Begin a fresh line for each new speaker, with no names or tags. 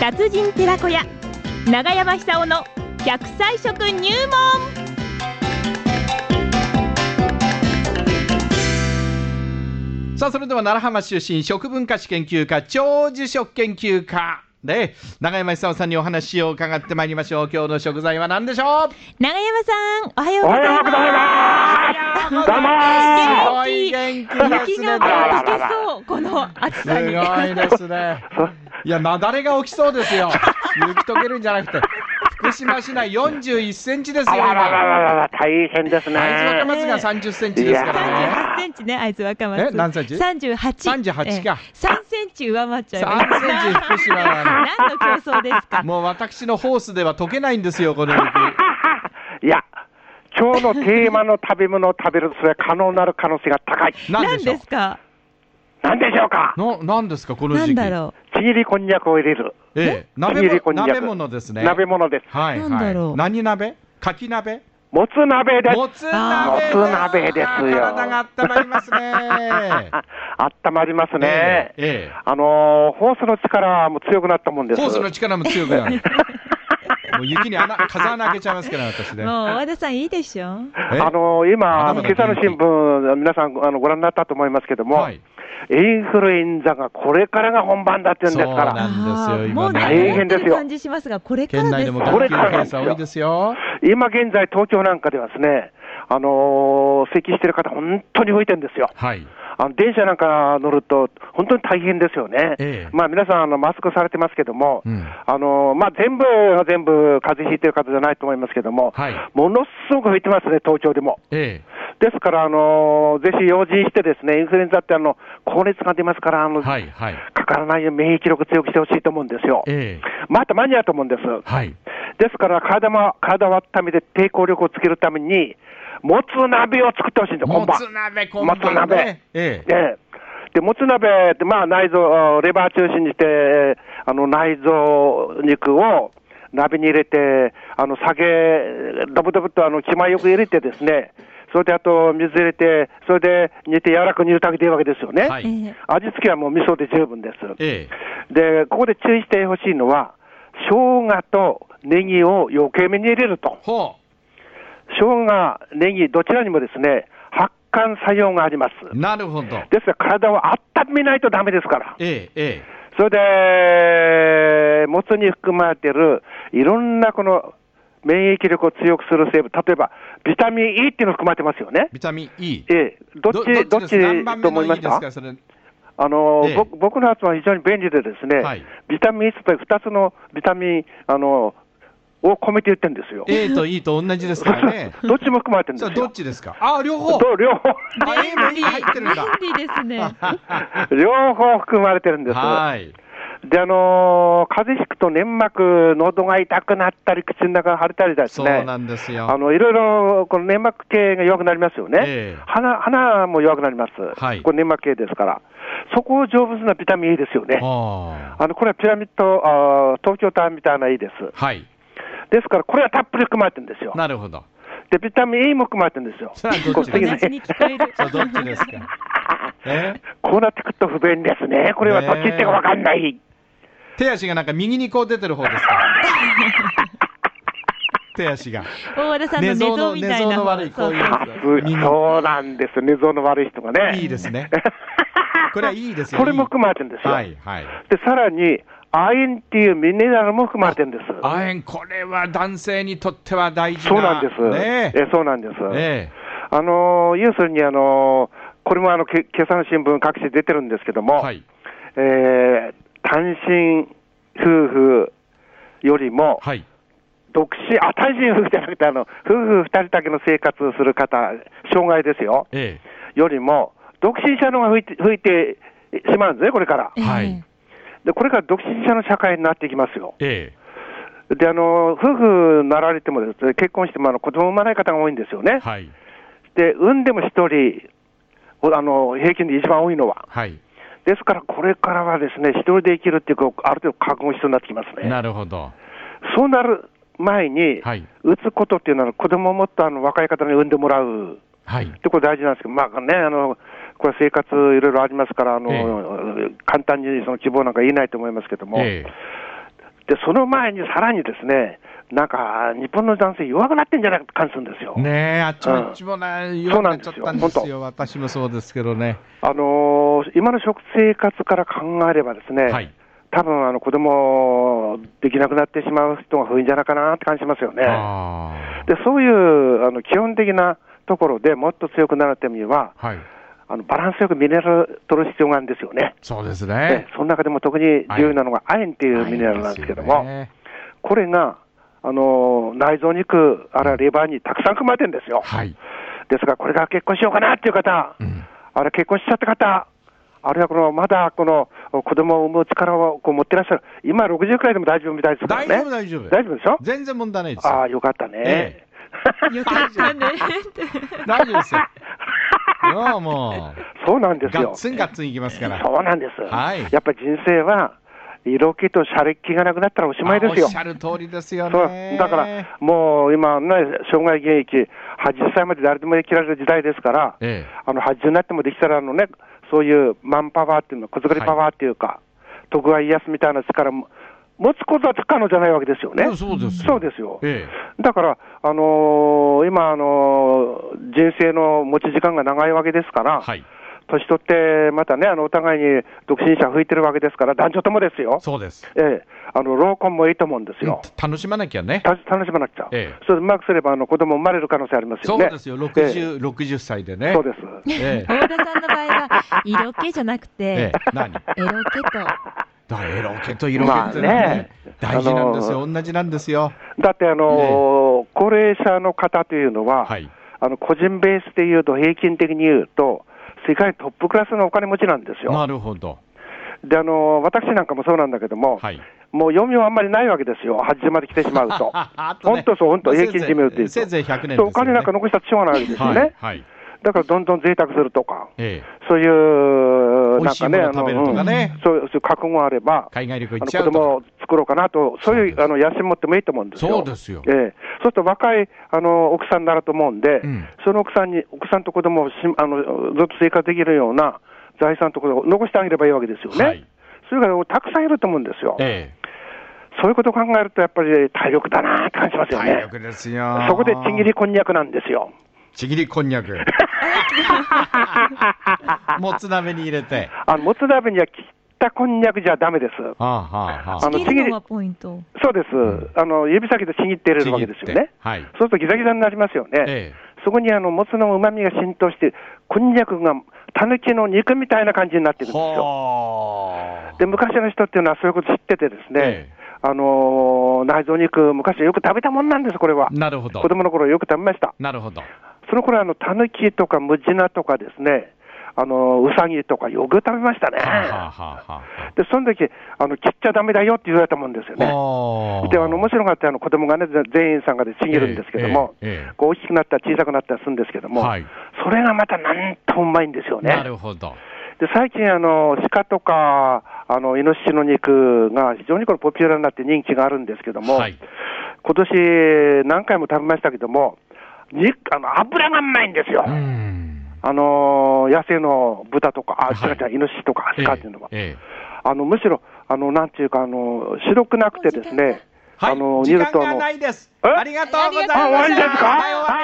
客人寺子屋長山久夫の百歳食入門
さあそれでは奈良浜出身食文化史研究家長寿食研究家で永山久夫さんにお話を伺ってまいりましょう今日の食材は何でしょう
長山さんおはよう
お
ご
は
ざ
よ
いま
うございますどうも
すごい
ー
元気です
雪が
すね
もう
あ
溶けそうこの暑
す
さに
ごいですねいや雪崩が起きそうですよ雪溶けるんじゃなくて福島市内41センチですよ
あらら
今
らららら、大変ですね。
会津若松が30センチですからね
38センチね、会津若松。
え何センチ
?38。
38か
3センチ上回っちゃいま
3
す。
センチ福島なの
何の競争ですか
もう私のホースでは溶けないんですよこの雪
いや、今日のテーマの食べ物を食べると、それは可能なる可能性が高い。
何
何
でしょう
ですか
なんでしょうか
な何ですかこの時
何
期
だろ
ちぎりこんにゃくを入れる。
ええ、
ちぎ
鍋
り
も
こんにゃく。
鍋物ですね。
鍋物です。
はいはい。
なんだろう
何鍋？かき鍋？
もつ鍋です。
もつ鍋です。
もつ鍋ですよ
体が温まります ね。
あったまりますね。
ええええ
あのーホースの力も強くなったもんです。
ホースの力も強く なる。もう雪に穴風穴開けちゃいますから私
う。
ね。
もう、和田さんいいでしょ
え
あのー今、あの
まだまだ
今朝の新聞、皆さんあのご覧になったと思いますけども、
はい
インフルエンザがこれからが本番だって言うんですか
そうな
ら、
んですよ
あーもう
今ね
大変で
持っ
すよ
てる感じしますが、これか
県
ら
内
で
ですも
か
学級閉鎖多いですよ。
今現在、東京なんかではですね、あのー、咳してる方、本当に増えてるんですよ。
はい。
あの電車なんか乗ると、本当に大変ですよね。
ええ
まあ、皆さんあの、マスクされてますけども、
うん
あのまあ、全部が全部、風邪ひいてる方じゃないと思いますけども、
はい
ものすごく増えてますね、東京でも。
ええ。
ですから、あのぜひ用心して、ですねインフルエンザってあの高熱が出ますから、あの
はいはい。
かからないように免疫力強くしてほしいと思うんですよ。
ええ。
また間に合うと思うんです。
はい。
ですから体も、体を温めて抵抗力をつけるために、もつ鍋を作ってほしいんですよ、
も
今晩。
つ鍋今晩ね
もつ鍋。
ええ
ええで、もつ鍋って、まあ、内臓、レバー中心にして、あの、内臓肉を鍋に入れて、あの、酒、ドブドブと、あの、気前よく入れてですね、それであと、水入れて、それで煮て柔らかく煮るだけでいいわけですよね。
は
え
い。
え
味付けはもう味噌で十分です。
ええ。
で、ここで注意してほしいのは、生姜とネギを余計めに入れると。
ほ
生姜、ネギ、どちらにもですね、発汗作用があります。
う。なるほど。
ですから体を温めないとダメですから。
ええええ。
それで、もつに含まれているいろんなこの免疫力を強くする成分、例えばビタミン E っていうの含まれてますよね。
ビタミン E。
ええ、どっち、どっ
です
ち
何番目
と思
の
いま
E
し
です
た
かそれ。
あの、
ええ
僕僕のやつは非常に便利でですね、
はい
ビタミン E という2つのビタミン、あの、を込めて言ってるんですよ。。
A と E と同じですからね
どっちも含まれてるんで
そ
す
れど
よ
っ。ちですかあ、両方
ど両方。
あ、A も E 入ってるんだ。
便利ですね。
両方含まれてるんです。
はい。
で、あのー風邪ひくと粘膜、喉が痛くなったり、口の中が腫れたりです
そ
ね。
うなんです
あ
よ。
のいろいろこの粘膜系が弱くなりますよね、
ええ
鼻鼻も弱くなります、
はい
これ粘膜系ですから、そこを丈夫なビタミン E ですよね、
あ
あのこれはピラミッド、あー東京タワーみたいな E です、
ーはい。
ですからこれはたっぷり含まれてるんですよ、
なるほど。
でビタミン E も含まれてるんですよ、
それはど
こ
っ
う
ち
素
同
です
敵
か
な
じに聞こえる。
そうどっち ですかえ
こうなってくると不便ですね、これはどっち行ってか分かんない、
手足がなんか右にこう出てる方ですか 手足が。
大和田さんの
寝
寝
相の
相みたい
寝
な。
相の悪いこういう
あそうそうなんです、寝相の悪い人がね。
いいですね。これはいいですよ。
それも含まれてるんですよ。
はい、はい。
で、さらに、亜鉛っていうミネラルも含まれてるんです。
亜鉛、これは男性にとっては大事な。
そうなんです。
ね
えそうなんです。
ええ
あのー要するに、あのーこれもあのけ今朝の新聞各紙出てるんですけども、
はい。
えー単身夫婦よりも、
はい。
独身、あ、単身夫婦じゃなくて、あの、夫婦二人だけの生活をする方、障害ですよ、
え
よりも、独身者の方が増えて増えてしまうんですね、これから
え。え
はい
で、これから独身者の社会になっていきますよ。
え。え
で、あの、夫婦なられてもですね、結婚してもあの子供産まない方が多いんですよ
え。
ね。
はい。
で、産んでも一人、おあの、平均で一番多いのは。
はい。
ですから、これからはですね、一人で生きるっていうことをある程度覚悟必要になってきますね。
なるほど。
そうなる前に、
はい
打つことっていうのは、子供をもっとあの若い方に産んでもらう。
はい。
ってこと大事なんですけど、まあね、あのこれ、生活いろいろありますから、あの
え
簡単にその希望なんか言えないと思いますけども、
え
で、その前にさらにですね、なんか、日本の男性弱くなってんじゃないかって感じするんですよ。
ねえ、あっちもあっちもね、弱くなっちゃったんで
そうなんですす
よ、私もそうですけどね。
あのー今の食生活から考えればですね、
はい
多分あの子供できなくなってしまう人が多いんじゃないかなって感じしますよね。
あ
で、そういうあの基本的なところでもっと強くなるためには、
あはい、
あのバランスよくミネラル取る必要があるんですよね。
そうです
で
ね。
その中でも特に重要なのが亜鉛っていうミネラルなんですけども、
ね
これが、あのー内臓肉、あらレバーにたくさん含まれてるんですよ。
はい、
ですが、これから結婚しようかなっていう方、
うん
あれ結婚しちゃった方、あるいはこのまだこの子供を産む力をこう持ってらっしゃる、今60くらいでも大丈夫みたいですもんね。
大丈夫、大丈夫。
大丈夫でしょ
全然問題ないです
あ
よ。
あ、よかったね。
え
よかったね。
大丈夫 ですよ。いやも
そうな
う、
んです
ガッ
よ。
ツンガッツンいきますから。
そうなんです。
はい
やっぱり人生は、色気と車力がなくなったらおしまいです
あお
よ
っし。ゃる通りですよ
そう
ね。
だから、もう今ね、障害現役、80歳まで誰でも生きられる時代ですから、
ええ
あの80になってもできたらあの、ね、そういうマンパワーっていうの、小遣いパワーっていうか、徳川家康みたいな力も持つことは不可能じゃないわけですよね。
うんそうですよ
そうですよ
ええ
だから、あのー今、あのー人生の持ち時間が長いわけですから、
はい、
年取ってまたね、あのお互いに独身者増えてるわけですから、男女ともですよ、
そうです。
ええ、あの老婚もいいと思うんですよ。
楽しまなきゃね。
た楽しまなくちゃ、
ええ
それでうまくすればあの子供生まれる可能性あります
そ
よ
う
ね。
ですよ、
え
60、60歳で
え
ね。
そうです。
ええ
大田さんの場合は、色気じゃなく
ええ
て、、
何だか
エロ気と。
らエロケと色気っていうのはね、
まあね
大事なんですよ、同じなんですよ。
だって、あのー高齢者の方というのは、
はい。
あの個人ベースでいうと、平均的に言うと、世界トップクラスのお金持ちなんですよ。
なるほど。
で、あのー私なんかもそうなんだけども、
はい。
もう読みはあんまりないわけですよ、80まで来てしまう と。
あとね
本当そう、本当、
まあ
平均寿命っていうと。
せいぜい100年ですよね
そうお金なんか残したってしょうがないわけですよね。
はい。はい。
だからどんどん贅沢するとか、
ええ。
そういう、
美
なん
味しい
か
も
ね、
の食べるとかね
あのうんそうそういう覚悟があれば、
海外旅行
あ
行っ
の子
ちゃうと
供
か。
を作ろうかなと、そうい
そう
う
です
あの野心持ってもいいと思うんですよ。
そうですよ
ええそうすると若いあの奥さんになると思うんで、
うん
その奥さんに、奥さんと子供をしあのずっと生活できるような財産とかを残してあげればいいわけですよね。
はい
それがたくさんいると思うんですよ。
ええ。
そういうことを考えると、やっぱり体力だなって感じますよ
体
ね。
力ですよ。
そこでちぎり。こんにゃくなんですよ。
ちぎりこんにゃ く。もつ鍋に入れて。
あのもつ鍋には切ったこんにゃくじゃダメです。
はあはあは
あ
ち
の
ぎるのがポイント。
そうです、
ん
あの指先でちぎって入れるわけです
ち
よ
ぎっ
ね
て。はい
そうするとギザギザになりますよね。
ええ
そこにあのもつの旨味が浸透して、こんにゃくがたぬきの肉みたいな感じになってくるんですよ。
はあ。
で昔の人っていうのはそういうこと知っててですね、
ええ
あのー内臓肉、昔よく食べたもんなんです、これは。
なるほど
子。供の頃よく食べました。
なるほど。
その頃あのたぬきとかムジナとかですね、あのうさぎとかよく食べましたね。
はあはあはあはあ。
で、その時あの切っちゃだめだよって言われたもんですよね。
あー
で、あの面白かったあの子供がね、ぜ全員参加でちぎるんですけども、
ええええ
こう大きくなったら小さくなったらするんですけども、
はい
それがまたなんとうまいんですよね。
なるほど。
で最近あの、鹿とかあのイノシシの肉が非常にこれポピュラーになって人気があるんですけども、
はい
今年何回も食べましたけども、肉あの脂がうまいんですよ。
うん。
あの野生の豚とか、あ、
はい
違う違う、イノシシとか
ええ
鹿っていうのは、
ええ
あのむしろあのなんていうかあの、白くなくてですね、
はい、
あの
時
煮
間
るとあ
が
の
ないです。
え
ありがとうございます。
あ、終わりですか
はい、終わ